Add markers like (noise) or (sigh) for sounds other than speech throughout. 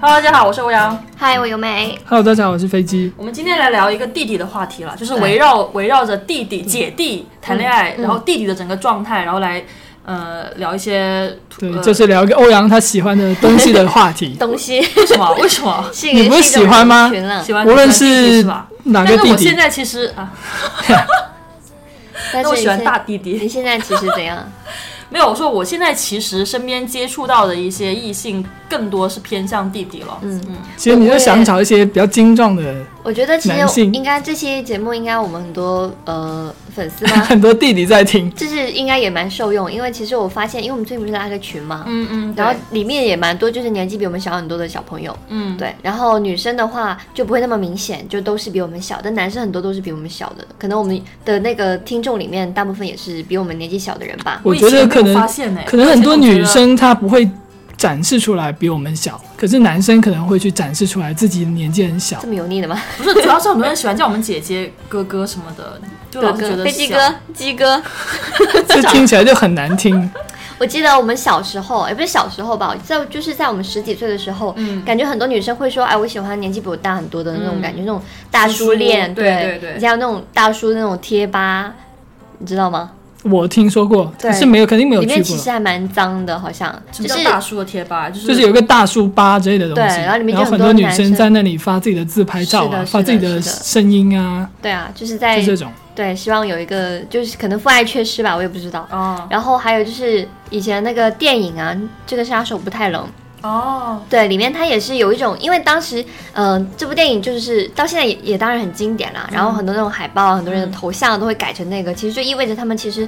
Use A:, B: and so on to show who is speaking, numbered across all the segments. A: Hello，大家好，我是欧阳。
B: 嗨，我尤美。，
C: Hello，大家好，我是飞机。
A: 我们今天来聊一个弟弟的话题了，就是围绕围绕着弟
C: 嗯
A: 弟姐弟谈恋爱，然后弟弟的整个状态，然后来呃聊一些
C: 对，
A: 呃
C: 就是聊一个欧阳他喜欢的东西的话题
B: (laughs) 东西
A: (laughs) 为什么为什么
B: 是
C: 你不是喜欢吗
B: 群了
A: 喜，欢
C: 无论
A: 喜欢弟弟
C: 是
A: 是吧？但
C: 哪个
A: 是
C: 弟
A: 我现
C: 弟，
A: 在其实啊，
B: 但
A: 那
B: 是
A: 我
B: 你
A: 喜欢
B: 现
A: 大。弟弟。
C: 哎
B: 你现在其实怎样？
A: 没有，我说我现在其实身边接触到的一些异性，更多是偏向弟弟了。嗯嗯，
C: 其实你就想找一些比较精壮的，
B: (laughs) 我觉得其
C: 男
B: 实
C: 性
B: 应该这期节目应该我们很多呃粉丝
C: (laughs)
B: 吗？
C: 很多弟弟在听。
B: 就是应该也蛮受用，因为其实我发现，因为我们最近不是拉个群嘛，
A: 嗯嗯，
B: 然后
A: 对
B: 里面也蛮多就是年纪比我们小很多的小朋友，
A: 嗯
B: 对，然后女生的话就不会那么明显，就都是比我们小，但男生很多都是比我们小的，可能我们的那个听众里面大部分也是比我们年纪小的人吧。
C: 我
A: 以
C: 觉得
A: 前没
C: 可
A: 有发
C: 能
A: 现呢，
C: 可能很多
A: 而且我觉
C: 女
A: 得
C: 生她不会展示出来比我们小，可是男生可能会去展示出来自己年纪很小
B: 这。么油腻的吗？
A: 不是，主要是很多人喜欢叫我们姐姐、哥哥什么的，
C: (laughs)
A: 就
B: 哥
A: 老是觉
B: 哥，
A: 得
B: 飞机
A: 小
B: 哥，啊鸡哥。
C: 这听起来就很难听。
B: 我记得我们小时候，也不是小时候吧，在就是在我们十几岁的时候，
A: 嗯
B: 感觉很多女生会说，哎，我喜欢年纪比我大很多的那种
A: 嗯
B: 感觉，那种大
A: 叔
B: 叔
A: 叔
B: 恋，
A: 对对
B: 对
A: 对
B: 以前有那种大叔那种贴吧，你知道吗？
C: 我听说过，
B: 对
C: 可是没有，肯定没有
B: 里面
C: 去
B: 其
C: 过。
B: 实还蛮脏的，好像
A: 什
B: 就
A: 么叫
B: 是
A: 大叔的贴吧？就是
C: 就是有一个大叔吧之类的东西，
B: 对然后里面就
C: 很
B: 很多
C: 女
B: 男
C: 生
B: 生
C: 在那里发自己的自拍照
B: 是
C: 啊，
B: 的
C: 发自己的
B: 是的是的
C: 声音啊，
B: 对啊，就是
C: 就
B: 在
C: 这种。
B: 对，希望有一个就是可能父爱缺失吧，我也不知道。
A: 哦
B: 然后还有就是以前那个电影啊，《这个杀手不太冷》，
A: 哦，
B: 对，里面它也是有一种，因为当时，嗯、这部电影就是到现在也也当然很经典啦。然后很多那种海报啊，很多人的头像都会改成那个，其实就意味着他们其实，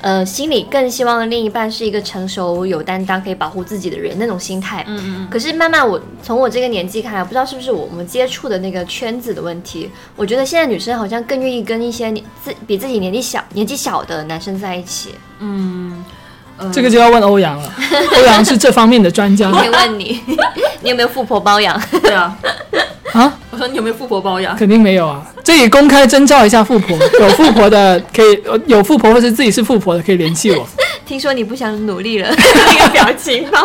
B: 呃，心里更希望另一半是一个成熟、有担当、可以保护自己的人那种心态。
A: 嗯嗯
B: 可是慢慢我从我这个年纪看来，不知道是不是我们接触的那个圈子的问题，我觉得现在女生好像更愿意跟一些年自比自己年纪小、年纪小的男生在一起。
A: 嗯，呃
C: 这个就要问欧
B: (laughs)
C: 阳了，欧阳是这方面的专家
B: 我可以问你， (laughs) 你有没有富婆包养？
A: 对啊， (laughs)
C: 啊，
A: 我说你有没有富婆包养？
C: 肯定没有啊。这里公开征召一下富婆，有富婆的可以，有富婆或是自己是富婆的可以联系我。
B: 听说你不想努力 (laughs) 了，那个表情包。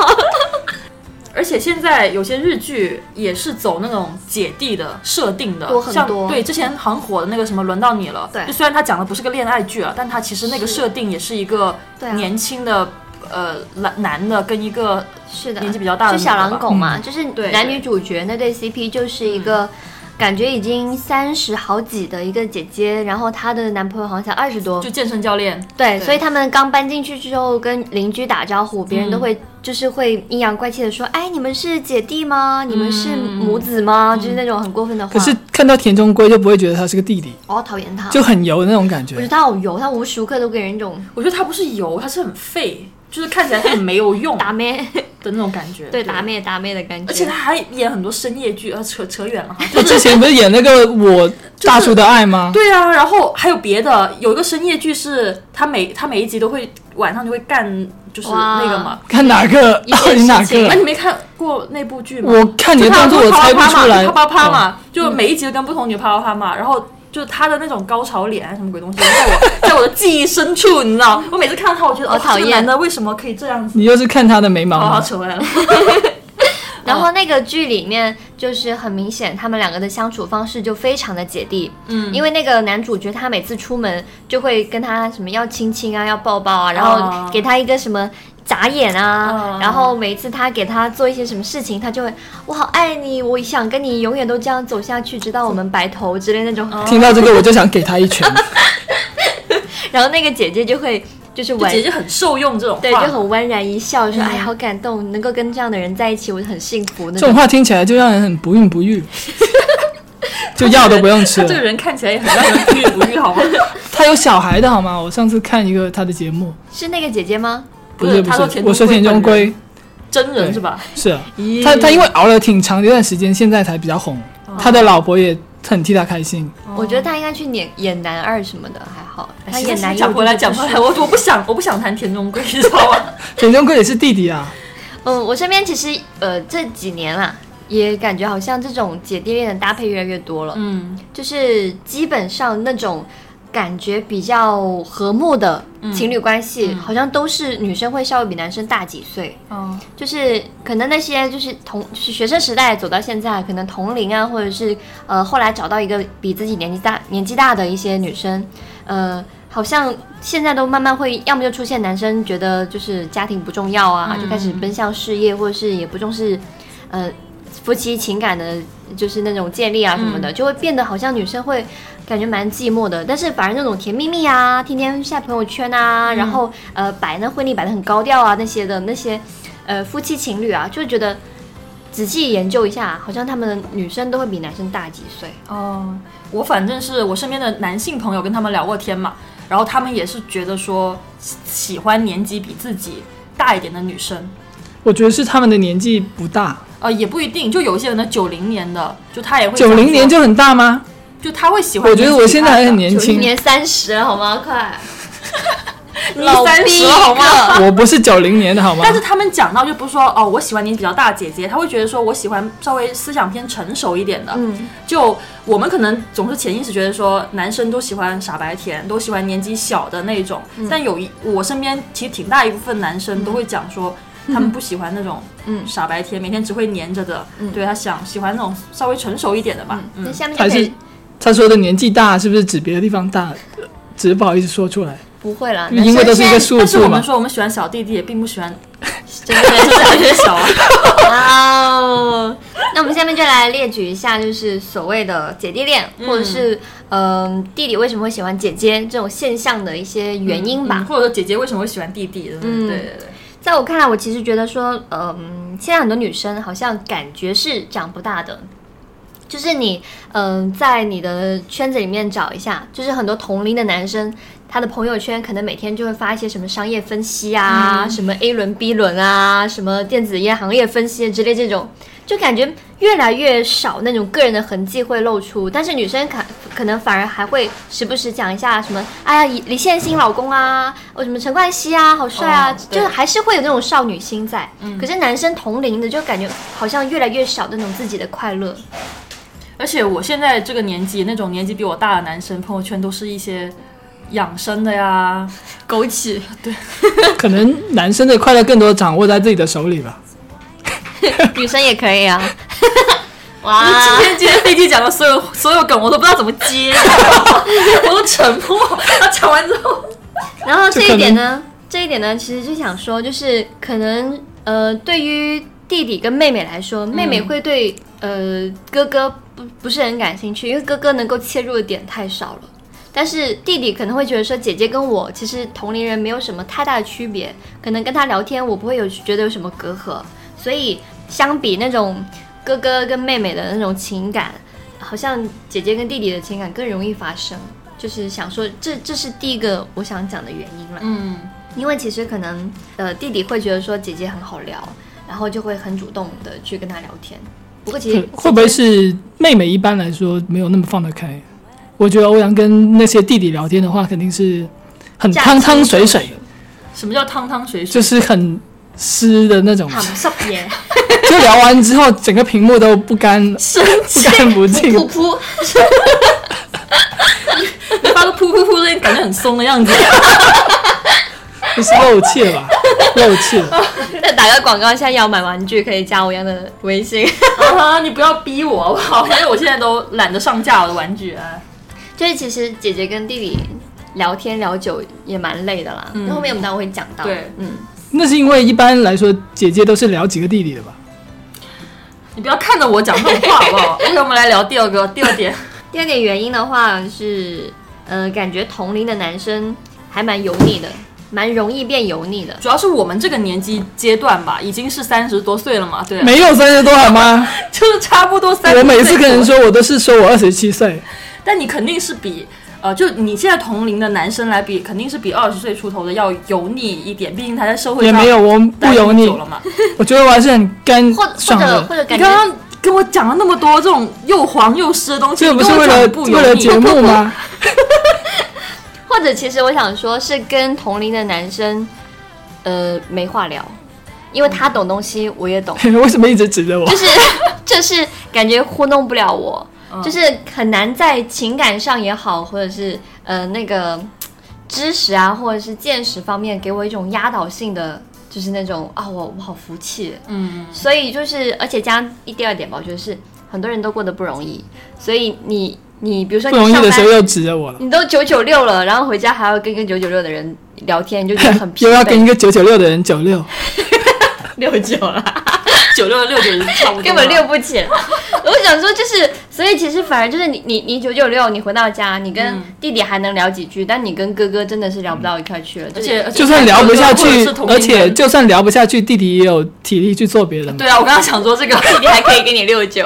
A: 而且现在有些日剧也是走那种姐弟的设定的，
B: 多很
A: 像
B: 多
A: 对之前很火的那个什么轮到你了，
B: 对
A: 就虽然它讲的不是个恋爱剧啊，但它其实那个
B: 是
A: 设定也是一个
B: 对啊
A: 年轻的、呃男男的跟一个
B: 是的，
A: 年纪比较大的
B: 就小
A: 女的吧嗯
B: 狼狗嘛，就是
A: 对
B: 男女主角那对 CP 就是一个。感觉已经三十好几的一个姐姐，然后她的男朋友好像才二十多
A: 就，健身教练，
B: 对，
A: 对
B: 所以他们刚搬进去之后，跟邻居打招呼，别人都会就是会阴阳怪气的说：“哎，你们是姐弟吗？你们是母子吗？”嗯就是那种很过分的话。
C: 可是看到田中圭就不会觉得他是个弟弟，
B: 我好讨厌他，
C: 就很油的那种感
B: 我觉得
C: 觉。
B: 他好油，他无时无刻都给人一种
A: 我觉得他不是油，他是很废，就是看起来很没有用
B: (laughs) 打妹，
A: 的那种感觉，
B: 对打妹打妹的感觉。
A: 而且他还演很多深夜剧，啊，扯扯远了哈。
C: 他之前不是演那个我大叔的爱吗？
A: 对啊，然后还有别的，有一个深夜剧是他每他每一集都会晚上就会干，就是那个嘛。
C: 看哪个？
B: 一件
C: 到底哪
B: 事情
A: 哎、
C: 个？
A: 你没看过那部剧吗？
C: 我看你的动作，我猜不出来。
A: 啪啪啪
C: 哦
A: 嘛，就每一集都跟不同女啪啪啪嘛，然后。就他的那种高潮脸啊，什么鬼东西，在我在我的记忆深处，你知道？我每次看到他，我觉得
B: 好
A: 哦，
B: 讨
A: 这个
B: 厌
A: 男的为什么可以这样子？
C: 你又是看他的眉毛
A: 好好
C: 吗？
A: 扯回来了。
B: 然
A: 嗯
B: 后那个剧里面就是很明显，他们两个的相处方式就非常的姐弟。
A: 嗯
B: 因为那个男主角他每次出门就会跟他什么要亲亲啊，要抱抱啊，然后给他一个什么眨眼啊，
A: 哦
B: 然后每一次他给他做一些什么事情，他就会我好爱你，我想跟你永远都这样走下去，直到我们白头之类那种。
A: 哦
C: 听到这个我就想给他一拳。
B: (laughs) 然后那个姐姐就会就
A: (laughs) 就
B: 是
A: 啊嗯
B: 玩
A: 姐姐很受用这种话，
B: 对，就很温然一笑说：“哎，好感动，能够跟这样的人在一起，我很幸福。”那
C: 这种
B: 种
C: 话听起来就让人很不孕不育，就药都不用
A: (laughs)
C: 吃
A: 他这个
C: 了。
A: 人看起来也很让人不孕不育，好吗？
C: 他有小孩的好吗？我上次看一个他的节目，
B: 是那个姐姐吗？
A: 不
C: 不
A: 是
C: 是
A: 他说
C: 不是
A: 田，中
C: 我说
A: 圭
C: 田中
A: 本
C: 圭
A: 真人是吧？
C: 是啊
A: 咦哦
C: 他，他因为熬了挺长的一段时间，现在才比较红。他的老婆也很替他开心，
B: 我觉得他应该去演演男二什么的，还好。他
A: 也
B: 演男一
A: 哎讲回来讲回来，我我不想我不想谈田中圭，你知道吗？
C: 田中圭也是弟弟啊。
B: (laughs) 嗯，我身边其实呃这几年啦，也感觉好
C: 嗯
B: 像这种姐弟恋的搭配越来越多了。
A: 嗯，
B: 就是基本上那种感觉比较和睦的
A: 嗯
B: 情侣关系，好像都是女生会稍微比男生大几岁，
A: 嗯，
B: 就是可能那些就是同就是学生时代走到现在，可能同龄啊，或者是呃后来找到一个比自己年纪大年纪大的一些女生，呃，好像现在都慢慢会，要么就出现男生觉得就是家庭不重要啊，就开始奔向事业，或者是也不重视，呃，夫妻情感的，就是那种建立啊什么的，就会变得好像女生会感觉蛮寂寞的。但是反而那种甜蜜蜜啊，天天晒朋友圈啊，然后呃摆那婚礼摆的很高调啊那些的那些，呃夫妻情侣啊，就觉得仔细研究一下，好像他们的女生都会比男生大几岁。
A: 哦，我反正是我身边的男性朋友跟他们聊过天嘛，然后他们也是觉得说喜喜欢年纪比自己大一点的女生，
C: 我觉得是他们的年纪不大，
A: 呃，也不一定，就有一些人的九零年的，就他也会
C: 九零年
A: 想
C: 就很大吗？
A: 说就他会喜欢
C: 我觉
A: 年纪比大
C: 得
A: 的，
C: 我现在还很年
B: 九一
C: 轻，
B: 年三十了，好吗？
C: (laughs)
B: 快，
A: 你三十了好吗？
B: 吗？
C: 我不是九零年的好吗
A: (laughs) 但？是他们讲到就不是说哦，我喜欢年纪比较大的姐姐，他会觉得说我喜欢稍微思想偏成熟一点的。
B: 嗯，
A: 就我们可能总是潜意识觉得说男生都喜欢傻白甜，都喜欢年纪小的那种。
B: 嗯
A: 但有一我身边其实挺大一部分男生都会讲说。他们不喜欢那种
B: 嗯
A: 傻白甜，每天只会黏着的。对他想喜欢那种稍微成熟一点的吧。嗯
B: 那下面就
C: 还
B: 可以
C: 是他说的年纪大，是不是指别的地方大？只是不好意思说出来，
B: 不会啦，
C: 因为都是一个数
A: 但是
C: 字
A: 我们
C: 嘛。
A: 说我们喜欢小弟弟，也并不喜欢
B: 真的
C: (laughs)
A: 就是这些小啊。
B: 哇哦！那我们下面就来列举一下，就是所谓的姐弟恋，或者是嗯、呃弟弟为什么会喜欢姐姐这种现象的一些原因吧。
A: 嗯或者说姐姐为什么会喜欢弟弟？嗯，对对对。
B: 在我看来，我其实觉得说，嗯、现在很多女生好像感觉是长不大的，就是你，嗯、在你的圈子里面找一下，就是很多同龄的男生，他的朋友圈可能每天就会发一些什么商业分析啊，
A: 嗯
B: 什么 A 轮、B 轮啊，什么电子烟行业分析之类这种，就感觉越来越少那种个人的痕迹会露出，但是女生可可能反而还会时不时讲一下什么，哎呀，李现新老公啊，哦什么陈冠希啊，好帅啊，
A: 哦对嗯
B: 就是还是会有那种少女心在。可是男生同龄的就感觉好像越来越少那种自己的快乐。
A: 而且我现在这个年纪，那种年纪比我大的男生，朋友圈都是一些养生的呀，枸杞。对，
C: 可能男生的快乐更多掌握在自己的手里吧。
B: 女生也可以 (laughs) 啊。
A: 你今
C: 啊
B: 哇，
A: 天今天飞机讲的所有所有梗，我都不知道怎么接， (laughs) 我都沉默。他讲完之后，
B: 然后
C: 就
B: 这
C: 可
B: 一点呢，这一点呢，其实就想说，就是可能呃，对于弟弟跟妹妹来说，妹妹会对呃哥哥不不是很感兴趣，因为哥哥能够切入的点太少了。但是弟弟可能会觉得说，姐姐跟我其实同龄人没有什么太大的区别，可能跟他聊天我不会有觉得有什么隔阂，所以相比那种哥哥跟妹妹的那种情感，好像姐姐跟弟弟的情感更容易发生。就是想说，这这是第一个我想讲的原因了，
A: 嗯，
B: 因为其实可能呃弟弟会觉得说姐姐很好聊，然后就会很主动的去跟她聊天。不过其
A: 嗯
B: 实
C: 会不会是妹妹一般来说没有那么放得开？我觉得欧阳跟那些弟弟聊天的话，肯定是很汤汤水水，
A: 什么叫汤汤水水？
C: 就是很湿的那种，
B: 喊
C: (laughs)
B: 不耶，
C: 就聊完之后整个屏幕都
A: (laughs)
C: 不干
B: 生
C: 不干不净。
B: 噗噗，
A: 你发个噗噗噗的，感觉很松的样
C: (laughs)
A: 子。
C: 这是漏气了吧？漏气了，
B: (laughs) 再打个广告，现在要买玩具可以加欧阳的微信。 (laughs)
A: 啊，你不要逼我好不好？ (laughs) 因为我现在都懒得上架我的玩具。哎
B: 就是其实姐姐跟弟弟聊天聊久也蛮累的啦，那后面我们待会会讲到。
A: 对
B: 嗯，
C: 那是因为一般来说姐姐都是聊几个弟弟的吧？
A: 你不要看着我讲这种话好不
C: (laughs)
A: 好？OK，我们来聊第二个，第二点。
B: 第二点原因的话是，呃，感觉同龄的男生还蛮油腻的，蛮容易变油腻的。
A: 主要是我们这个年纪阶段吧，已经是三十多岁了嘛，对，啊
C: 没有三十多好吗？
A: 就是差不多三。
C: 我每次跟人，说，我都是说我二十七岁，
A: 但你肯定是比。呃，就你现在同龄的男生来比，肯定是比二十岁出头的要油腻一点，毕竟他在社会
C: 也
A: 上
C: 没有我不
A: 待
C: 油腻
A: 久，了嘛。
C: 我觉得我还是很干
B: 或或
C: 爽
B: 者或
C: 的。
B: 者
A: 你
B: 感
A: 刚
B: 觉
A: 刚跟我讲了那么多这种又黄又湿的东西，
C: 这
A: 你
C: 不是
A: 跟我
C: 为
A: 讲
C: 了
A: 你不
C: 为
A: 油
C: 了
A: 腻
C: 节目吗？
B: 或者其实我想说，是跟同龄的男生，呃，没话聊，因为他懂东西，我也懂，
C: (laughs) 为什么一直指着我
B: 就？是就是感觉糊弄不了我，就是很难在情感上也好，或者是呃那个嘖知识啊，或者是见识方面，给我一种压倒性的，就是那种啊，我我好服气。
A: 嗯，
B: 所以就是，而且加一第二点吧，我觉得是很多人都过得不容易，所以你你比如说
C: 不
B: 你
C: 容易
B: 上
C: 的时
B: 班
C: 候，又指着我了，
B: 你都九九六了，然后回家还要跟跟九九六的人聊天，你就觉得很疲惫。
C: (laughs) 又要跟一个九九六的人九六，
B: 六九了，
A: (laughs) 九六六九差
C: (laughs)
A: 不多了，
B: 根本六不起来。我想说，就是，所以其实反而就是你你你九九六，你回到家，你
C: 嗯
B: 跟弟弟还能聊几句，但你跟哥哥真的是聊不到一块去了。
A: 而且，而且
C: 就算聊不下去
A: 或者是，同龄
C: 而且
A: 人
C: 就算聊不下去，弟弟也有体力去做别的嘛。
A: 对啊，我刚刚想说这个，
B: 弟弟还可以给 (laughs) 你
A: (laughs)
B: 六九，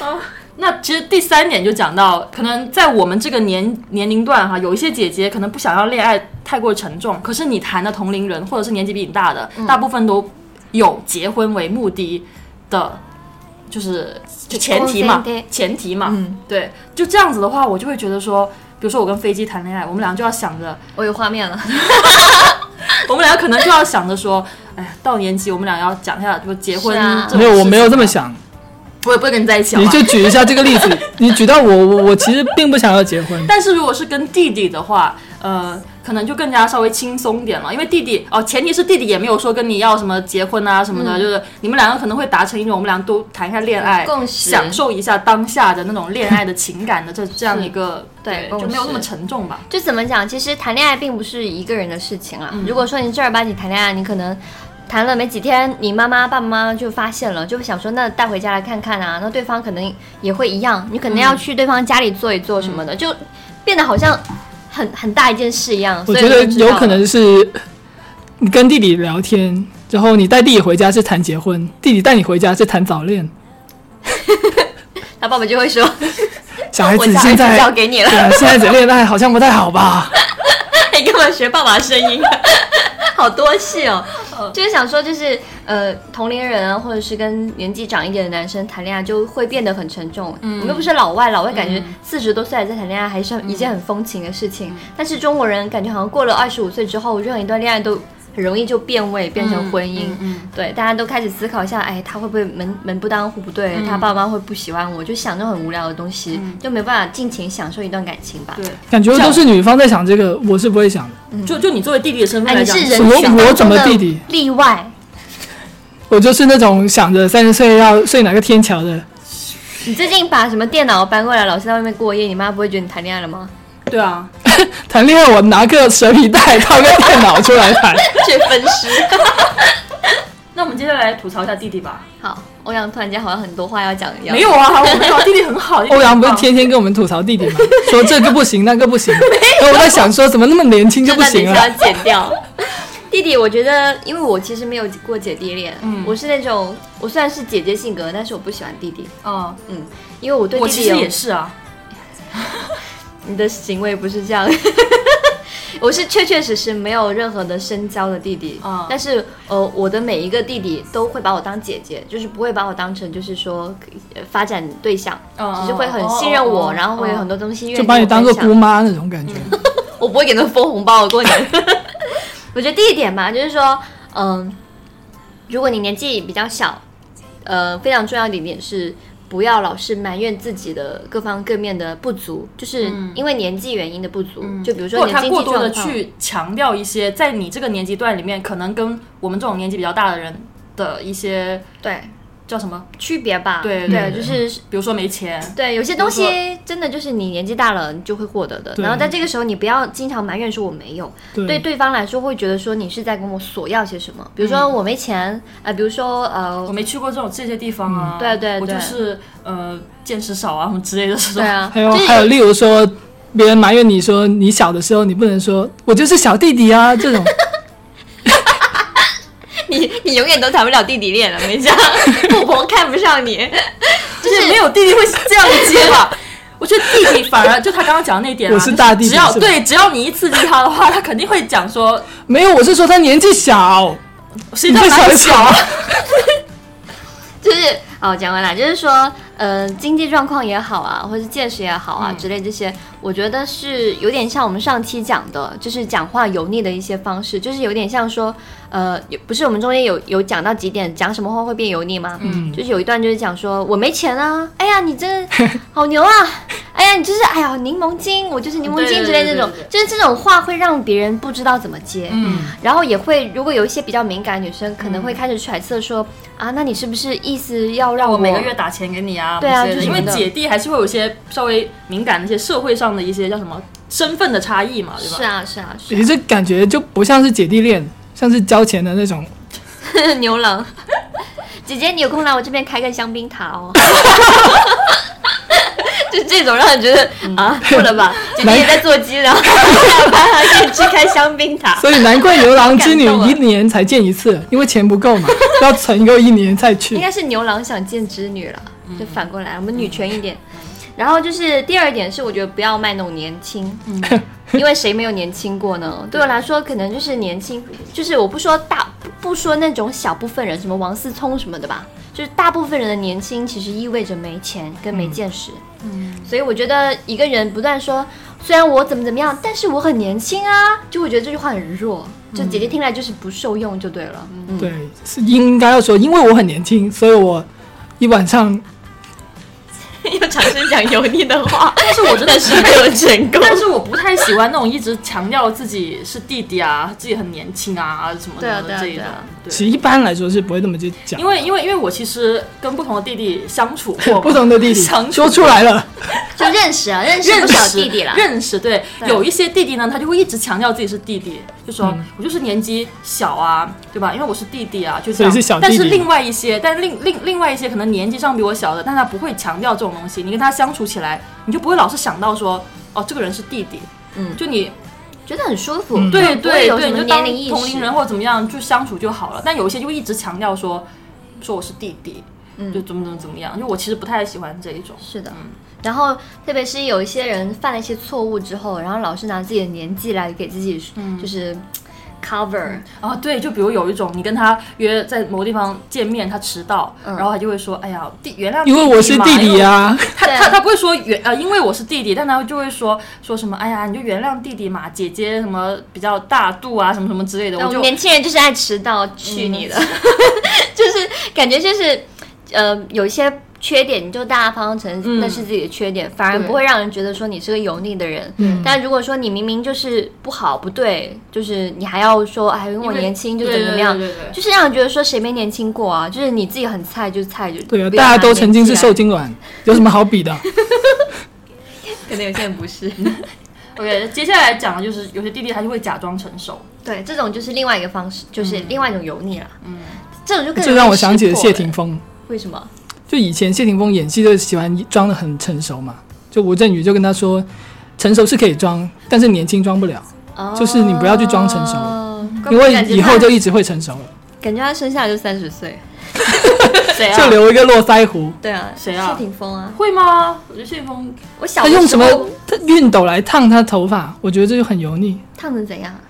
A: 哦那其实第三点就讲到，可能在我们这个年年龄段哈，有一些姐姐可能不想要恋爱太过沉重，可是你谈的同龄人或者是年纪比你大的，大部分都有结婚为目的的，就是就前提嘛
B: 结婚前，提
A: 前提嘛，
B: 嗯
A: 对，就这样子的话，我就会觉得说，比如说我跟飞机谈恋爱，我们俩就要想着，
B: 我有画面了。 (laughs)
A: (laughs) 我们俩可能就要想着说，哎呀，到年纪我们俩要讲一下，就结婚
B: 是啊
A: 这种
C: 没有，我
A: 事
C: 没有
A: 情
C: 这么
A: 啊，
C: 想。
A: 不会不会跟你在一起好
C: 你
A: 吧
C: 就举一下这个例子，
B: (laughs)
C: 你举到我，我我其实并不想要结婚。
A: 但是如果是跟弟弟的话，呃，可能就更加稍微轻松点了，因为弟弟哦，前提是弟弟也没有说跟你要什么结婚啊什么的，就是你们两个可能会达成一种我们俩都谈一下恋爱，
B: 共识
A: 享受一下当下的那种恋爱的情感的 (laughs) 这这样一个
B: 对
A: 就没有那么
B: 共识
A: 沉重吧。
B: 就怎么讲，其实谈恋爱并不是一个人的事情啦。啊
C: 嗯
B: 如果说你正儿八经谈恋爱，你可能谈了没几天，你妈妈、爸爸妈妈就发现了，就想说那带回家来看看啊。那对方可能也会一样，你可能
C: 嗯
B: 要去对方家里坐一坐什么的，就变得好像很很大一件事一样。
C: 我
B: 所以
C: 觉得
B: 就知道
C: 有
B: 了
C: 可能是你跟弟弟聊天，然后你带弟弟回家是谈结婚，弟弟带你回家是谈早恋。
B: 他爸爸就会说，
C: 小孩
B: 我
C: 子
B: 家
C: 现
B: 儿子
C: 在
B: 交给你了 (laughs)
C: 对，啊，现在只恋爱好像不太好吧？
B: 你干嘛学爸爸声音？ (laughs) 好多戏哦，就是想说，就是呃，同龄人啊，或者是跟年纪长一点的男生谈恋爱，就会变得很沉重。嗯，我们又不是老外，老外感觉四十多岁还在谈恋爱，还是一件很风情的事情。但是中国人感觉好像过了二十五岁之后，任何一段恋爱都很容易就变味，变成婚姻。
A: 嗯
B: 对，大家都开始思考一下，哎，他会不会门门不当户不对，他爸妈会不喜欢我，就想那种很无聊的东西，就没办法尽情享受一段感情吧。
A: 对，
C: 感觉都是女方在想这个，我是不会想的。
A: 就就你作为弟弟的身份
B: 哎，
A: 来
B: 你
A: 讲，
B: 是
A: 你
B: 人
C: 我
B: 群
C: 我
B: 当
C: 怎么
B: 中的
C: 弟弟
B: 例外？
C: 我就是那种想着三十岁要睡哪个天桥的。 (laughs)
B: 你最近把什么电脑搬过来，老是在外面过夜，你妈不会觉得你谈恋爱了 (laughs) 吗？
A: 对啊，
C: 谈恋爱我拿个蛇皮袋套个电脑出来谈，
B: 去分尸。
A: 那我们接下来吐槽一下弟弟吧。
B: (laughs) 好，欧阳突然间好像很多话要讲一样。
A: 没有啊，我没有啊，弟弟很好。弟弟
C: 欧阳不是
A: 很棒
C: 天天跟我们吐槽弟弟吗？说这个不行，那个不行。然后我在想说，怎么那么年轻就
B: 这
C: 不
B: 段等一
C: 行
B: 下 (laughs)
C: 了？
B: 要剪掉。弟弟，我觉得，因为我其实没有过姐弟恋，
A: 嗯
B: 我是那种，我虽然是姐姐性格，但是我不喜欢弟弟，
A: 哦，
B: 嗯，因为我对
A: 我
B: 弟
A: 其
B: 弟
A: 实
B: 有
A: 也是啊，
B: 你的行为不是这样。 (laughs) 我是确确实实没有任何的深交的弟弟，
A: 啊
B: 但是呃，我的每一个弟弟都会把我当姐姐，就是不会把我当成就是说呃发展对象，
A: 嗯
B: 只是会很信任我，然后会有很多东西愿意
C: 就把你当做
B: 跟我分享
C: 姑妈那种感觉。
B: 我不会给他们封红包，我过
A: (laughs)
B: 年。我觉得第一点吧，就是说，嗯，如果你年纪比较小，呃，非常重要的一点是，不要老是埋怨自己的各方各面的不足，就是因为年纪原因的不足。就比如说
A: 嗯或者
B: 你的
A: 嗯他
B: 经
A: 过
B: 济
A: 多的
B: 状况，
A: 去强调一些在你这个年纪段里面，可能跟我们这种年纪比较大的人的一些
B: 对
A: 叫什么，
B: 区别吧，
A: 对
B: 啊对，
A: 对嗯
B: 就是
A: 比如说没钱，
B: 对，有些东
A: 比
B: 西真的就是你年纪大了你就会获得的。
C: 对
B: 然后在这个时候，你不要经常埋怨说我没有，对
C: 对，
B: 对方来说会觉得说你是在跟我索要些什么。比如说我没钱，呃，比如说呃
A: 嗯我，没去过这种这些地方啊，
B: 嗯对对
A: 我
B: 对
A: 就是呃见识少啊什么之类的这种。
B: 对啊，
C: 还有
B: 就是
C: 还有，例如说，别人埋怨你说你小的时候，你不能说我就是小弟弟啊这种。
B: 你你永远都谈不了弟弟恋了，没讲， (laughs) 富婆看不上你，
A: 就是没有弟弟会这样接吧？我觉得弟弟反而就他刚刚讲的那一点、啊，
C: 我是大弟弟
A: 只要
C: 是吧
A: 对只要你一刺激他的话，他肯定会讲说
C: 没有，我是说他年纪小，
A: 谁
C: 你
A: 叫
C: 会
A: 他
C: 想
A: 小啊，
C: (laughs)
B: 就是哦，讲完了，就是说，呃，经济状况也好啊，或是见识也好啊、
A: 嗯
B: 之类这些，我觉得是有点像我们上期讲的，就是讲话油腻的一些方式，就是有点像说，呃，有不是我们中间有有讲到几点，讲什么话会变油腻吗？嗯，就是有一段就是讲说我没钱啊，哎呀，你真 (laughs) 好牛啊，哎呀，你就是哎呀柠檬精，我就是柠檬精
A: 对对
B: 之类的那种
A: 对对，
B: 就是这种话会让别人不知道怎么接。
A: 嗯，
B: 然后也会，如果有一些比较敏感的女生，可能会开始揣测说，啊，那你是不是意思要让
A: 我每个月打钱给你啊，
B: 对啊
A: 之类的
B: 就是
A: 因为
B: 你的
A: 姐弟还是会有一些稍微敏感的一些社会上的一些叫什么身份的差异嘛，对吧？(laughs)
B: 是啊是啊是
C: 你这感觉就不像是姐弟恋，像是交钱的那种。
B: 啊牛郎， (laughs) 姐姐你有空来我这边开个香槟塔哦。就这种让人觉得啊，够了吧？姐姐也在做鸡，然后下班还可以去开香槟
C: (laughs)
B: 塔。
C: 所以难怪牛郎织女
B: 感动了
C: 一年才见一次，因为钱不够嘛，要存够一年再去 (laughs)
B: 应。该是牛郎想见织女了，
A: 嗯
B: 就反过来，我们女权一点。然后就是第二点是，我觉得不要卖弄年轻，
A: 嗯
B: 因为谁没有年轻过
A: (laughs)
B: 呢？对我来说，可能就是年轻，就是我不说大，不不说那种小部分人，什么王思聪什么的吧，就是大部分人的年轻其实意味着没钱跟没见识。嗯，所以我觉得一个人不断说，虽然我怎么怎么样，但是我很年轻啊，就会觉得这句话很弱，
A: 嗯
B: 就姐姐听来就是不受用就对了。嗯，
C: 对，是应该要说，因为我很年轻，所以我一晚上
B: 又尝试讲油腻的话。
A: (laughs) 但是我真的是
B: 没有成功
A: 但是我不太喜欢那种一直强调自己是弟弟啊，自己很年轻啊什么
B: 对啊
A: 的
B: 对啊
A: 这一种
B: 对啊。
A: 对
C: 其实一般来说是不会那么去讲
A: 因。为因为因为我其实跟不同的弟弟相处 (laughs) 过嘛，
C: 不同的弟弟
A: 相处
C: 说出来了，
B: 就认识啊，认识
A: 认
B: 不
A: 识
B: 少弟弟啦。
A: 认识对，
B: 对
A: 有一些弟弟呢，他就会一直强调自己是弟弟，就说、
C: 嗯
A: 我就是年纪小啊，对吧？因为我是弟弟啊，就这样。
C: 所以是小弟
A: 但
C: 弟
A: 是另外一些，但是另另另外一些可能年纪上比我小的，但他不会强调这种东西，你跟他相处起来，你就不会老是想到说，哦，这个人是弟弟，
B: 嗯
A: 就你
B: 觉得很舒服，
A: 对
B: 不会
A: 对
B: 有什
A: 对，你
B: 么
A: 就
B: 年
A: 当
B: 龄意识。
A: 同龄人或者怎么样就相处就好了。但有一些就一直强调说，说我是弟弟，
B: 嗯
A: 就怎么怎么怎么样，就我其实不太喜欢这一种。
B: 是的。然后，特别是有一些人犯了一些错误之后，然后老是拿自己的年纪来给自己，就是嘖 cover，
A: 啊，对，就比如有一种，你跟他约在某个地方见面，他迟到，然后他就会说：“哎呀，弟，原谅
C: (laughs) 因为我是弟弟
A: 呀。
C: 啊，
A: 他
B: 对
A: 他他不会说原呃，因为我是弟弟，但他就会说说什么：“哎呀，你就原谅弟弟嘛，姐姐什么比较大度啊，什么什么之类的。”
B: 那
A: 我
B: 我
A: 就
B: 们年轻人就是嗯爱迟到，去你的， (laughs) 就是感觉就是，呃，有一些缺点你就大大方方承认
A: 嗯
B: 那是自己的缺点，反而
A: 对
B: 不会让人觉得说你是个油腻的人。嗯，但如果说你明明就是不好不对，就是你还要说哎，因为我
A: 因为
B: 年轻就
A: 对
B: 怎么怎么样，
A: 对对对对
B: 就是让人觉得说谁没年轻过啊？就是你自己很菜就菜就
C: 对啊，
B: 不
C: 大
B: 要拿
C: 家都曾经是
B: 年纪
C: 受
B: 来，
C: 精卵，有什么好
B: (laughs)
C: 比的？
B: 可能有些人不是。 (laughs)
A: OK，接下来讲的就是有些弟弟他就会假装成熟，
B: 对，这种就是另外一个方式，就是另外一种油腻了。嗯，这种就更
C: 这让我想起了
B: 容易
C: 谢
B: 识破
C: 霆
B: 了。
C: 锋，
B: 为什么？
C: 就以前谢霆锋演戏就喜欢装的很成熟嘛，就吴镇宇就跟他说，成熟是可以装，但是年轻装不了，就是你不要去装成熟
B: 哦
C: 因为以后就
B: 感觉
C: 一直会成熟 (laughs) 了，
B: 他感觉他生下来就三十岁。
A: 谁啊
C: 就？留一个络腮胡。
B: 对啊，
A: 谁啊
B: 谢霆锋啊，
A: 会吗？我觉得谢霆锋
B: 我小
C: 他
B: 的时候
C: 用什么他熨斗来烫他头发，我觉得这就很油腻，
B: 烫成怎样？啊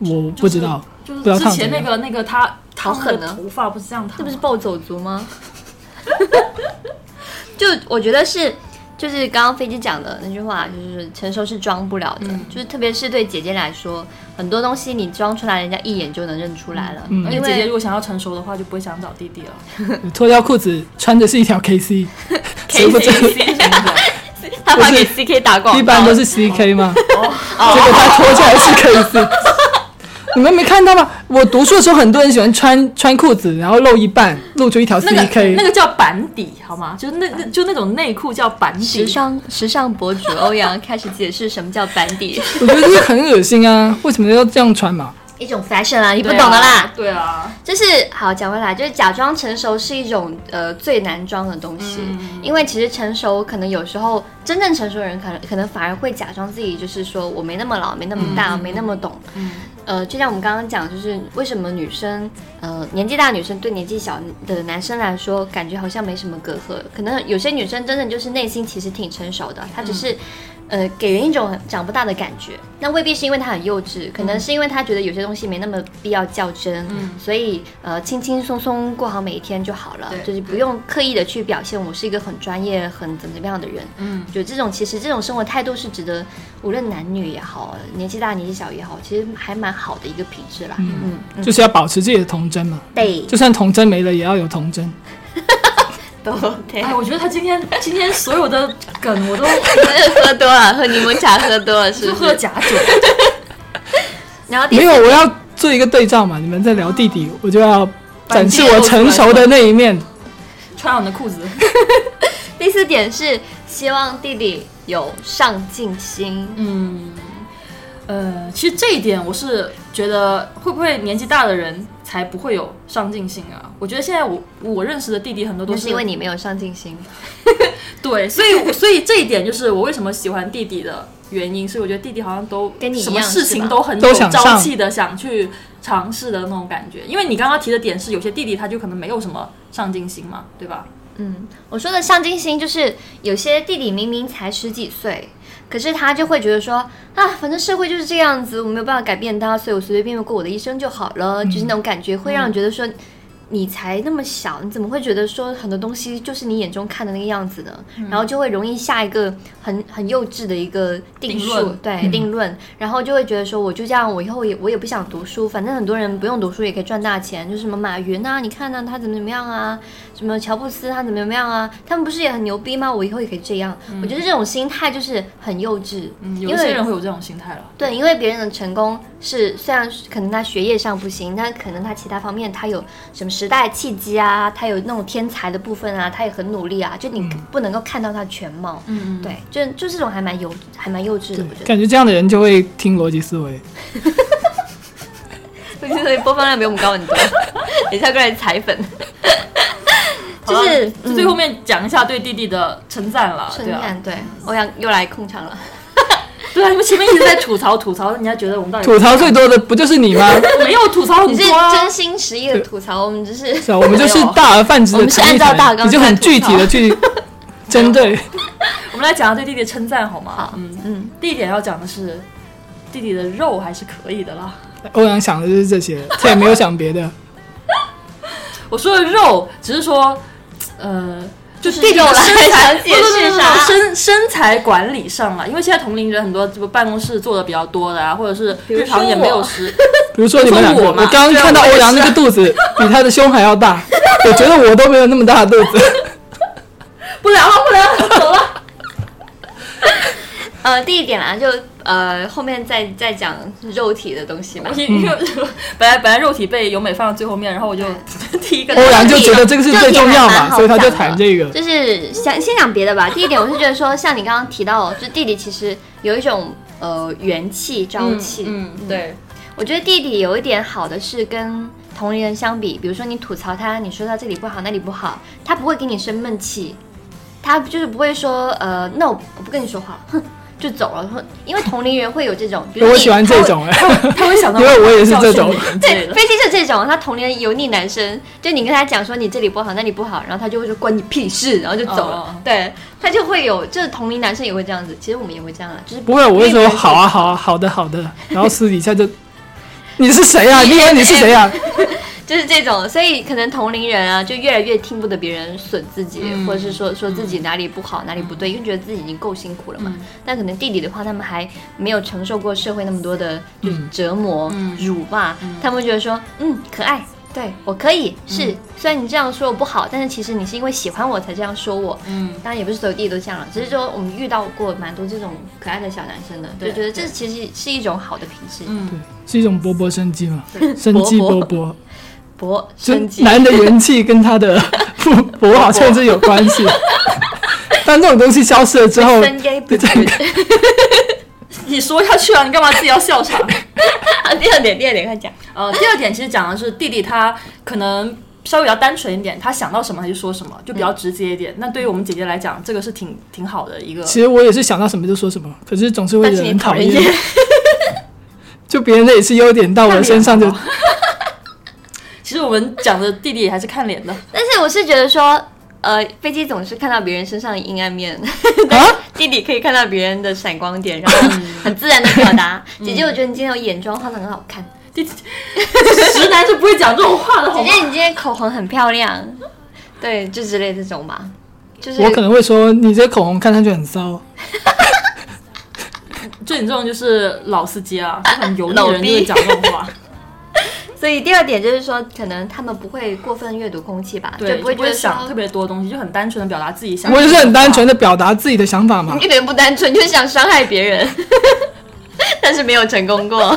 C: 我不知道。
A: 就是
C: 不要
A: 之
C: 烫啊
A: 前
C: 怎
A: 那
C: 样
A: 个那个他他
B: 好狠
A: 的
B: 啊
A: 头发不是这样烫吗，
B: 这不是暴走族吗？ (laughs) 就我觉得是，就是刚刚飞机讲的那句话，就是成熟是装不了的，就是特别是对姐姐来说，很多东西你装出来，人家一眼就能认出来了，
A: 而且
B: 因
A: 姐姐如
B: 为
A: 果想要成熟的话，就不会想找弟弟了。
C: 脱掉裤子，穿的是
A: (laughs)
C: 一条 KC，谁 (laughs) 不知
A: 什么的，
B: 他还给
C: 不
B: CK 打
A: 哦
B: 广告，
C: 一般都是 CK 嘛。结果他脱下来是 KC，你们没看到吗？我读书的时候，很多人喜欢穿穿裤子，然后露一半，露出一条
A: 那 (laughs) 个那
C: CK。
A: 个叫板底，好吗？就是那那就那种内裤叫板底
B: 时。尚时尚博主欧阳开始解释什么叫板底，
C: 我觉得这个很恶心啊！为什么要这样穿嘛？
B: 一种 fashion 啊，你不
A: 对啊
B: 懂的啦。
A: 对啊，
B: 就是好讲回来，就是假装成熟是一种呃最难装的东西，因为其实成熟可能有时候真正成熟的人可能可能反而会假装自己就是说我没那么老，没那么大，没那么懂。呃，就像我们刚刚讲，就是为什么女生呃年纪大的女生对年纪小的男生来说，感觉好像没什么隔阂，可能有些女生真的就是内心其实挺成熟的，她只是。呃，给人一种很长不大的感觉。那未必是因为他很幼稚，可能是因为他觉得有些东西没那么必要较真，所以呃，轻轻松松过好每一天就好了，就是不用刻意的去表现我是一个很专业、很怎么怎么样的人。嗯，就这种其实这种生活态度是值得无论男女也好，年纪大年纪小也好，其实还蛮好的一个品质啦。嗯，
C: 就是要保持自己的童真嘛。
B: 对，
C: 就算童真没了，也要有童真。
B: 都 OK。
A: 哎，我觉得他今天今天所有的梗我都
B: 喝多了，喝柠檬茶喝多了是
A: 就
B: 不是
A: 喝假 (laughs) 酒，
B: (laughs) 然 (laughs) 后第
C: 没
B: 四
C: 有，我要做一个对照嘛。你们在聊弟弟，我就要展示我成熟的那一面。
A: 穿好你的裤子。
B: 第四点是希望弟弟有上进心。
A: 嗯，呃，其实这一点我是觉得，会不会年纪大的人才不会有上进心啊？我觉得现在我我认识的弟弟很多都
B: 就是是因为你没有上进心，
A: 对，所以所以这一点就是我为什么喜欢弟弟的原因，所以我觉得弟弟好像都
B: 跟你一
A: 什
B: 样
A: 么事
B: 是吧
A: 情都很
C: 都
A: 有
C: 想上
A: 朝气的想去尝试的那种感觉。因为你刚刚提的点是，有些弟弟他就可能没有什么上进心嘛，对吧？
B: 嗯，我说的上进心就是有些弟弟明明才十几岁，可是他就会觉得说啊，反正社会就是这样子，我没有办法改变它，所以我随随便便过我的一生就好了，就是那种感觉，会让人觉得说。你才那么小，你怎么会觉得说很多东西就是你眼中看的那个样子呢？然后就会容易下一个很很幼稚的一个
A: 定
B: 定数，
A: 论
B: 对、定论，然后就会觉得说我就这样，我以后也我也不想读书，反正很多人不用读书也可以赚大钱，就是什么马云啊，你看呢、他怎么怎么样啊，什么乔布斯他怎么怎么样啊，他们不是也很牛逼吗？我以后也可以这样。我觉得这种心态就是很幼稚，
A: 嗯，有
B: 因
A: 一
B: 为
A: 些人会有这种心态了。
B: 对，因为别人的成功是虽然可能他学业上不行，但可能他其他方面他有什么时代契机啊，他有那种天才的部分啊，他也很努力啊，就你不能够看到他的全貌。
A: 嗯，
B: 对，就就这种还蛮幼还蛮幼稚的，我 (laughs) 觉得。
C: 感觉这样的人就会听逻辑思维。
B: 就是播放量比我们
A: (laughs)
B: 高很多，等一下过来踩粉。就
A: 好了
B: 是嗯
A: 就最嗯后面讲一下对弟弟的称赞了，
B: 春
A: 对啊，
B: 感，对，欧阳又来控场了。
A: 对啊，你们前面一直在吐槽吐槽，人家觉得我们到底
C: 吐槽最多的不就是你吗？
A: 我没有吐槽
B: 你
A: 很
B: 是
A: 多啊，
B: 真心实意的吐槽，我们只是
C: 是啊，我们就是大而泛之
B: 我
C: 的
B: 们是
C: 成一
B: 按照大
C: 团，
B: 纲
C: 你就很具体
B: (laughs)
C: 的去针对。
A: 我们来讲下对弟弟的称赞好吗？
B: 好
A: 嗯
B: 嗯
A: 嗯，第一点要讲的是，弟弟的肉还是可以的啦。
C: 欧阳想的就是这些，他也没有想别的。
A: 我说的肉，只是说，呃，就
B: 就是
A: 弟弟
B: 肉
A: 的
B: 啦
A: 身材，
B: 想
A: 不
B: 解
A: 不不
B: 释
A: 不不
B: 啥
A: 身身材管理上了，因为现在同龄人很多，这不办公室做的比较多的啊，或者是
B: 如
A: 日常也
B: 说
A: 没
B: 我
A: 有时，
C: 比如说你们两个，
A: 说
C: 我
A: 我嘛
C: 刚刚看到欧阳那个肚子比他的胸还要大，
B: 啊
C: 我觉得我都没有那么大的肚子。
A: 不聊了不聊了，走 (laughs) 了。
B: 呃第一点啦，就呃后面再再讲肉体的东西吧
A: 我。因为 (laughs) 本来本来肉体被由美放到最后面，然后我就 (laughs) 第一个
C: (laughs) 欧阳就觉得这个是最
B: 啊
C: 重要嘛，所以他就谈这个。
B: 就是想先讲别的吧。第一点，我是觉得说，像你刚刚提到，就弟弟其实有一种呃元气、朝
A: 嗯
B: 气。
A: 嗯，对，
B: 我觉得弟弟有一点好的是跟同龄人相比，比如说你吐槽他，你说他这里不好那里不好，他不会给你生闷气，他就是不会说呃那我我不跟你说话了，哼就走了。哼因为同龄人会有这种，比如说 (laughs)
C: 我
B: 你
C: 喜欢这种，哎，
A: 他会想到
C: 因为我也是这
A: 教
C: 种
A: 训你之类
B: 对，
A: 的
B: 飞机是这种，他同龄人油腻男生，就你跟他讲说你这里不好，那里不好，然后他就会说关你屁事，然后就走了。
A: 哦哦哦
B: 对他就会有，就是同龄男生也会这样子，其实我们也会这样啦，就是
C: 不会，我会
B: 因
C: 说
B: 为
C: 好啊，好啊，好的，好的，然后私底下就。你是谁呀、啊？你以为你是谁呀、啊？
B: 就是这种，所以可能同龄人啊，就越来越听不得别人损自己，
A: 嗯
B: 或者是说说自己哪里不好，哪里不对，因为觉得自己已经够辛苦了嘛。
A: 嗯
B: 但可能弟弟的话，他们还没有承受过社会那么多的
A: 嗯
B: 就是折磨、辱骂，他们会觉得说，嗯，可爱。对我可
A: 嗯
B: 以是，虽然你这样说我不好，但是其实你是因为喜欢我才这样说我。
A: 嗯，
B: 当然也不是所有弟弟都这样了，只是说我们遇到过蛮多这种可爱的小男生的，
A: 对
B: 就觉得这其实是一种好的品质。
A: 嗯
C: 对，是一种勃勃生机嘛，生机勃勃，
B: 博
C: 就
B: 升级，
C: 男的元气跟他的 (laughs) 勃勃好像是有关系。当这种东西消失了之后，
B: 升 gay 不
C: 这个
A: (laughs) 你说下去啊，你干嘛自己要笑场？
B: 啊，第二点，第二点，快讲。
A: 呃，第二点其实讲的是弟弟他可能稍微比较单纯一点，他想到什么他就说什么，就比
B: 嗯
A: 较直接一点。那对于我们姐姐来讲，这个是挺挺好的一个。
C: 其实我也是想到什么就说什么，可是总是会惹人讨
B: 但是你讨
C: 厌。 (laughs) 就别人的也是优点，到我的身上就
A: 看其实我们讲的弟弟还是看脸的，
B: 但是我是觉得说，呃，飞机总是看到别人身上的阴暗面， (laughs)
C: 啊，
B: 弟弟可以看到别人的闪光点，然后很自然的表达。
C: 嗯
B: 姐姐，我觉得你今天有眼妆画的很好看，
A: 弟
B: (laughs)
A: 弟直男是不会讲这种
C: 哦
A: 话的，好
B: 姐
A: 吗
B: 姐？你今天口红很漂亮，对，就之类这种吧。就是
C: 我可能会说你这口红看上去很骚，
A: 最严重的就是老司机啊，就很油腻
B: (laughs) 老
A: 的人就会
B: 逼
A: 讲这种话。
B: 所以第二点就是说，可能他们不会过分阅读空气吧，
A: 对，
B: 就
A: 就
B: 不会
A: 不
B: 觉得
A: 会
B: 说
A: 想特别多东西，就很单纯的表达自己想。
C: 我就是很单纯。的表达自己的想法嘛。
B: (laughs) 一点不单纯，就是想伤害别人， (laughs) 但是没有成功过。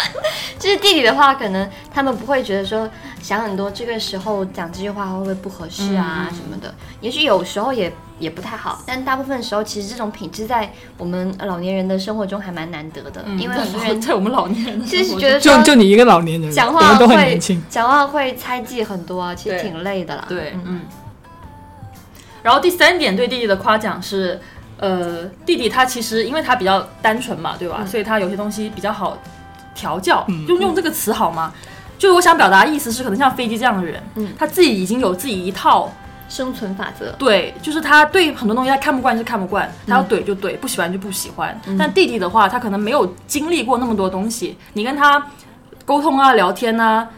B: (laughs) 就是弟弟的话，可能他们不会觉得说想很多，这个时候讲这句话会不会不合适啊
A: 嗯
B: 什么的。也许有时候也也不太好，但大部分时候其实这种品质在我们老年人的生活中还蛮难得的，
A: 嗯
B: 因
A: (laughs)
B: 为很多人
A: 在我们老年人的
B: 就
A: 生
B: 是
A: 活中
B: 觉得
C: 就
B: 说
C: 就你一个老年人，
B: 啊讲
C: 别
B: 话
C: 人都很
B: 会
C: 年轻。
B: 讲话会猜忌很多啊，其实
A: 对
B: 挺累的啦。
A: 对，
B: 嗯
A: 嗯。然后第三点对弟弟的夸奖是，呃，弟弟他其实因为他比较单纯嘛，
B: 嗯
A: 对吧？所以他有些东西比较好调教，就用这个词好吗？就是我想表达的意思是，可能像飞机这样的人，
B: 嗯
A: 他自己已经有自己一套，
B: 生存法则。
A: 对，就是他对很多东西他看不惯就看不惯，
B: 嗯
A: 他要怼就怼，不喜欢就不喜欢。但弟弟的话，他可能没有经历过那么多东西，你跟他沟通啊、聊天啊，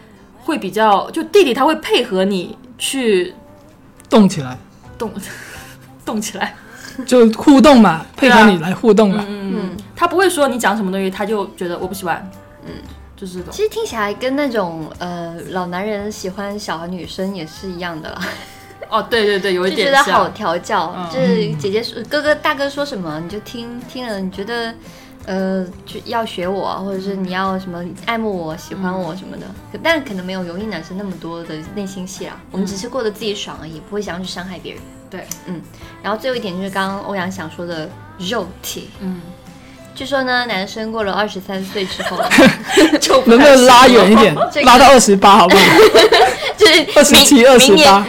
A: 会比较就弟弟他会配合你去
C: 动起来，
A: 动 (laughs) 动起来，
C: 就互动嘛，配
A: 对啊
C: 合你来互动嘛。
B: 嗯，
A: 他不会说你讲什么东西，他就觉得我不喜欢，嗯，就是这种。
B: 其实听起来跟那种呃老男人喜欢小女生也是一样的啦，
A: 哦，对对对，有一
B: 就觉
A: 点
B: 得好
A: 像。
B: 调教，
A: 嗯
B: 就是姐姐说哥哥大哥说什么你就听听了，你觉得呃就要学我，或者是你要什么爱慕我、喜欢我什么的，
A: 嗯
B: 可但可能没有油腻男生那么多的内心戏啦，我们只是过得自己爽而已，不会想要去伤害别人。 (laughs)
A: 对，
B: 嗯，然后最后一点就是刚刚欧阳想说的肉体，
A: 嗯，
B: 据说呢男生过了二十三岁之后。
C: 能不能拉远一点
B: 这，个
C: 拉到二十八好不好？
B: 就是
A: (laughs)
B: 明
C: 27
B: 明
C: 28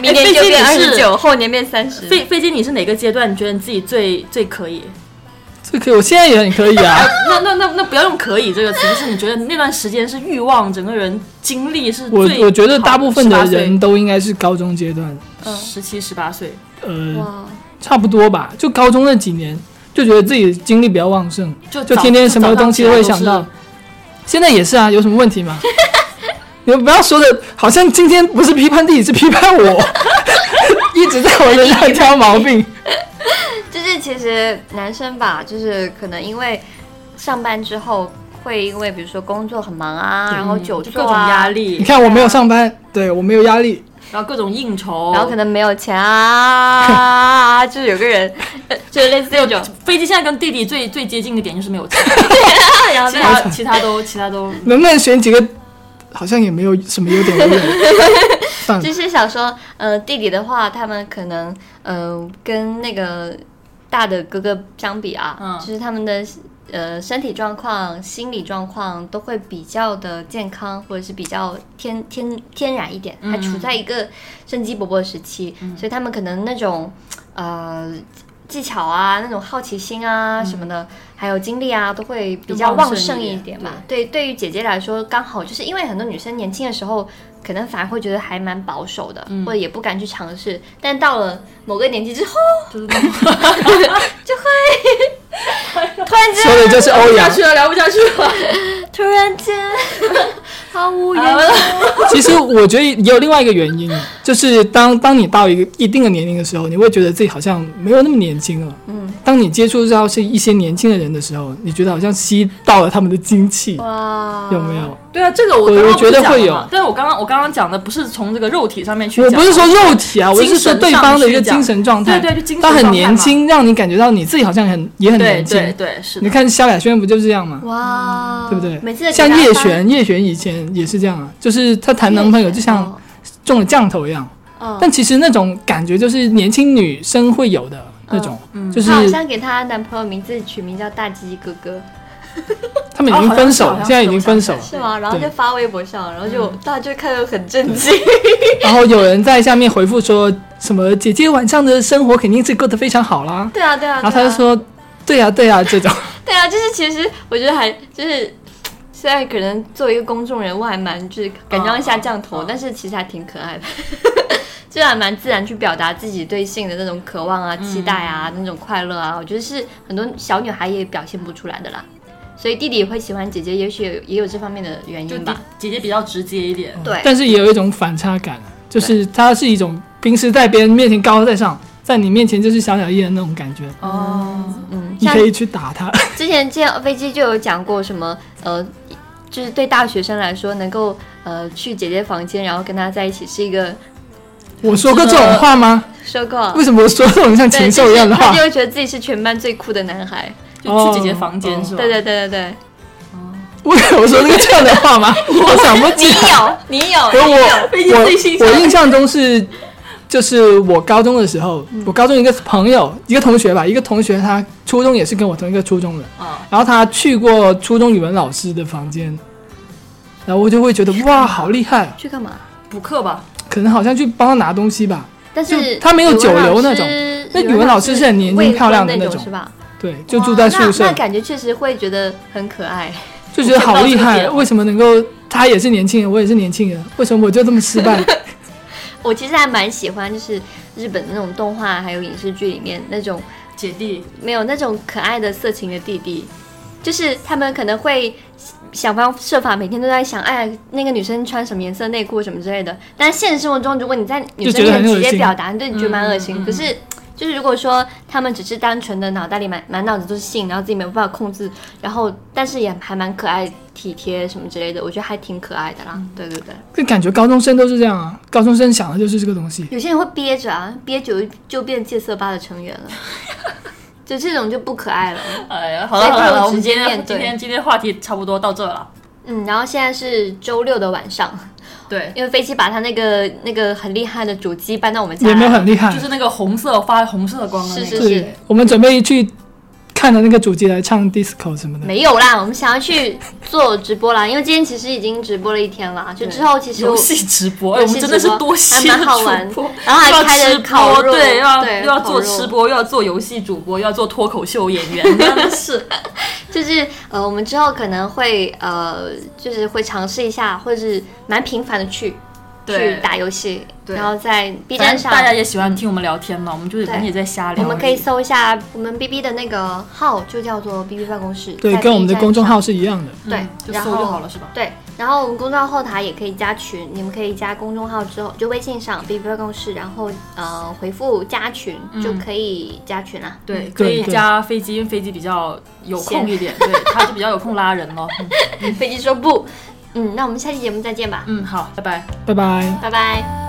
B: 年
A: 哎
B: 明年就
A: 飞机
B: 变二
A: 你是
B: 十九，后年变三十。
A: 飞飞机，你是哪个阶段你觉得你自己最最可以？
C: 这可以，我现在也很可以啊。
A: (laughs) 那那那那不要用“可以”这个词，就是你觉得那段时间是欲望，整个人精力是
C: 我
A: 最
C: 我觉得大部分的人都应该是高中阶段，
A: 嗯十七十八岁，
C: 呃，
B: 哇，
C: 差不多吧。就高中那几年，就觉得自己精力比较旺盛，
A: 就
C: 就
A: 早
C: 天天什么东西都会想。
A: 就早上
C: 到
A: 起来。
C: 现在也是啊，有什么问
A: (laughs)
C: 题吗？你们不要说的，好像今天不是批判自己，是批判
A: (laughs)
C: 我，一直在我身上挑毛病。
B: 就是其实男生吧，就是可能因为上班之后会因为比如说工作很忙啊，然后
A: 嗯
B: 久
A: 就
B: 坐
A: 各
B: 啊，
A: 种压
C: 你
A: 力，
C: 看我没有上班，对我没有压力，
A: 然后各种应酬，
B: 然后可能没有
A: (laughs)
B: 钱啊，就是有个人，呃就是类似这种，
A: 飞机现在跟弟弟最最接近的点就是没有钱，
C: (laughs)
B: 然后
A: 其
B: 大家
A: 他其他都其他都
C: 能不能选几个？好像也没有什么优点优点。
A: (laughs)
C: 算了，
B: 就是想说，呃，弟弟的话，他们可能，呃，跟那个大的哥哥相比啊，
A: 嗯
B: 就是他们的呃身体状况、心理状况都会比较的健康，或者是比较天天天然一点，还处在一个生机勃勃的时期，所以他们可能那种呃技巧啊、那种好奇心啊什么的，还有精力啊，都会比较旺盛一点吧。对，对于姐姐来说，刚好就是因为很多女生年轻的时候，可能反而会觉得还蛮保守的，或者也不敢去尝试。但到了某个年纪之后，
A: 就是
B: (laughs)
A: 那种
B: 突然
C: 说 (laughs)
B: 间，
C: 的就是欧阳。
A: 了，聊不下去了。
B: 突然间，毫无言
A: 好
B: 语。
C: 其实我觉得也有另外一个原因，就是当当你到一个一定的年龄的时候，你会觉得自己好像没有那么年轻了。嗯，当你接触到是一些年轻的人的时候，你觉得好像吸到了他们的精气，
B: (laughs)
A: 啊
B: 哇，
C: 有没？有？
A: 对啊，这个我
C: 我
A: 刚刚
C: 我觉得
A: 不是讲了
C: 会有
A: 嘛但是我刚刚我刚刚讲的不是从这个肉体上面去
C: 我
A: 讲，
C: 不是说肉体啊，我是
A: 精
C: 说
A: 神
C: 对
A: 上
C: 方的
A: 去
C: 一个
A: 讲
C: 精神状态，
A: 对对就精神
C: 他很
A: 状态
C: 年
A: 嘛
C: 轻，让你感觉到你自己好像很也很
A: 对
C: 年轻。
A: 对对是
C: 你
A: 的。
C: 看萧亚轩不就是这样吗？
B: 哇，
C: 对不对？
B: 每次的
C: 像
B: 给大家
C: 叶
B: 发
C: 璇，叶璇以前也是这样啊，就是她谈男朋友就像
B: 哦
C: 中了降头一样。
B: 哦
C: 但其实那种感觉就是年轻女生会有的那种，就
B: 嗯
C: 是
B: 她好像给她男朋友名字取名叫大鸡哥哥，
C: 他们已经分手
A: 哦好
C: 了，
A: 像是
C: 现在已经分手了。
B: 是吗？然后
C: 对
B: 就发微博上，然后就大家就看得很震 (laughs) 惊。
C: 然后有人在下面回复说什么“姐姐晚上的生活肯定是过得非常好啦
B: 对啊，对”，啊。
C: 然后
B: 对
C: 他
B: 啊
C: 就，说：“对呀、对呀、这种。
B: 对啊，就是其实我觉得还就是。虽然可能作为一个公众人物还蛮就是感觉一下降头，但是其实还挺可爱的， (laughs) 就还蛮自然去表达自己对性的那种渴望啊、期待啊、那种快乐啊，我觉得是很多小女孩也表现不出来的啦。所以弟弟会喜欢姐姐，也许也也有这方面的原
A: 就
B: 因
A: 姐
B: 吧。
A: 姐姐比较直接一点，
B: (laughs) 对，
C: 但是也有一种反差感，啊就是她是一种平时在别人面前高高在上，在你面前就是小鸟依人那种感觉。
A: 哦，
B: 嗯，
C: 你
B: 像 (laughs)
C: 可以去打她。
B: 之前见飞机就有讲过什么呃。就是对大学生来说，能够呃去姐姐房间，然后跟她在一起，是一个
C: 我说过这种话吗？
B: 收购。
C: 为什么我说这种像
B: 对，
C: (laughs) 禽
B: 就
C: 兽一样
B: 是
C: 的
B: 他
C: 话
B: 呃 (laughs) 就？会觉得自己是全班最酷的男孩。
A: 就去姐姐房间
C: 哦
A: 是吧？
B: 对对对对对，
C: 我我说这个这样的话
B: (laughs)
C: 吗？我想不起
B: 你
C: 来。
B: 有你
C: (laughs) 可
B: 有，
C: 我
A: 毕竟最新
C: 我我印象中是，就是我高中的时候，我高中一个朋友，一个同学吧，一个同学他初中也是跟我同一个初中的，
A: 啊，
C: 然后他去过初中语文老师的房间，然后我就会觉得哇，好厉害啊！
B: 去干嘛？
A: 补课吧，
C: 可能好像去帮他拿东西吧，
B: 但是
C: 就他没有九流那种
B: 语文老师
C: 那语文老师是很年轻
B: 未婚
C: 漂亮的
B: 那
C: 那
B: 种，
C: 种
B: 是吧？
C: 对，就住在宿
B: 哇那
C: 舍
B: 那，感觉确实会觉得很可爱。
C: 就觉得好厉
A: 我知道这个
C: 害，
A: 点
C: 为什么能够？他也是年轻人，我也是年轻人，为什么我就这么失败？
B: 我其实还蛮喜欢，就是日本的那种动画还有影视剧里面那种
A: 姐弟
B: 没有那种可爱的色情的弟弟，就是他们可能会想方设法，每天都在想，哎，那个女生穿什么颜色内裤什么之类的。但现实生活中，如果你在女生
C: 就觉得
B: 面
C: 很
B: 前
C: 恶
B: 直
C: 心
B: 接表达，对你觉得蛮恶心。
A: 嗯嗯嗯
B: 可是，就是如果说他们只是单纯的脑袋里满满脑子都是性，然后自己没有办法控制，然后但是也还蛮可爱、体贴什么之类的，我觉得还挺可爱的
C: 嗯
B: 啦。对对对，
C: 就感觉高中生都是这样啊，高中生想的就是这个东西。
B: 有些人会憋着啊，憋久了就变戒色吧的成
C: (laughs)
B: 员了，就这种就不可爱了。
A: (laughs) 哎呀，好了好
B: 所以
A: 了好
B: 他们
A: 了，我们
B: 直接
A: 今天
B: 面对
A: 今天今天话题差不多到这了。
B: 嗯，然后现在是周六的晚上， (laughs)
A: 对，
B: 因为飞机把他那个那个很厉害的主机搬到我们家来，
C: 也没有很厉害，
A: 就是那个红色发红色的光的那
B: 是
A: 个
B: 是，
C: 对，我们准备去看着那个主机来唱 disco 什么的。
B: 没有啦，我们想要去做直播啦，因为今天其实已经直播了一天啦，就
A: 对
B: 之后其实
A: 游
B: 我
A: 戏直播，哎，我
B: 游戏
A: 们真的是
B: 直播
A: 多
B: 还
A: 谢
B: 蛮
A: 的
B: 好玩
A: 主播，
B: 然后
A: 又
B: 还
A: 要
B: 开
A: 吃
B: 了烤
A: 播，
B: 肉，
A: 对，又要
B: 对
A: 又要
B: 烤
A: 做
B: 肉
A: 吃播，又要做游戏主播，又要做脱口秀演
B: (laughs)
A: 员，真的是。
B: 就是呃，我们之后可能会呃，就是会尝试一下，或者是蛮频繁的去
A: 对
B: 去打游戏，
A: 对
B: 然后在 B
A: 反
B: 站
A: 正
B: 上，
A: 大家也喜欢听我们聊天嘛，我们就是我们也在瞎聊而已。
B: 我们可以搜一下我们 B B 的那个号，就叫做 B B 办公室，
C: 对
B: 在，
C: 跟我们的
B: B 站
C: 公众
B: 上
C: 号是一样的。
A: 嗯
B: 对
A: 就
B: 然
A: 搜就
B: 后
A: 好了，是吧？
B: 对，然后我们公众号后台也可以加群，你们可以加公众号之后，就微信上 B B 办公室，然后呃回复加群、
A: 嗯
B: 就可以加群啦。
A: 对，可以
C: 对
A: 加飞机，因为飞机比较有空
B: 闲
A: 一点，对，他就比较有空拉人咯。嗯
B: 飞机说不，嗯，那我们下期节目再见吧，
A: 嗯，好，拜拜。
C: 拜拜。
B: 拜拜。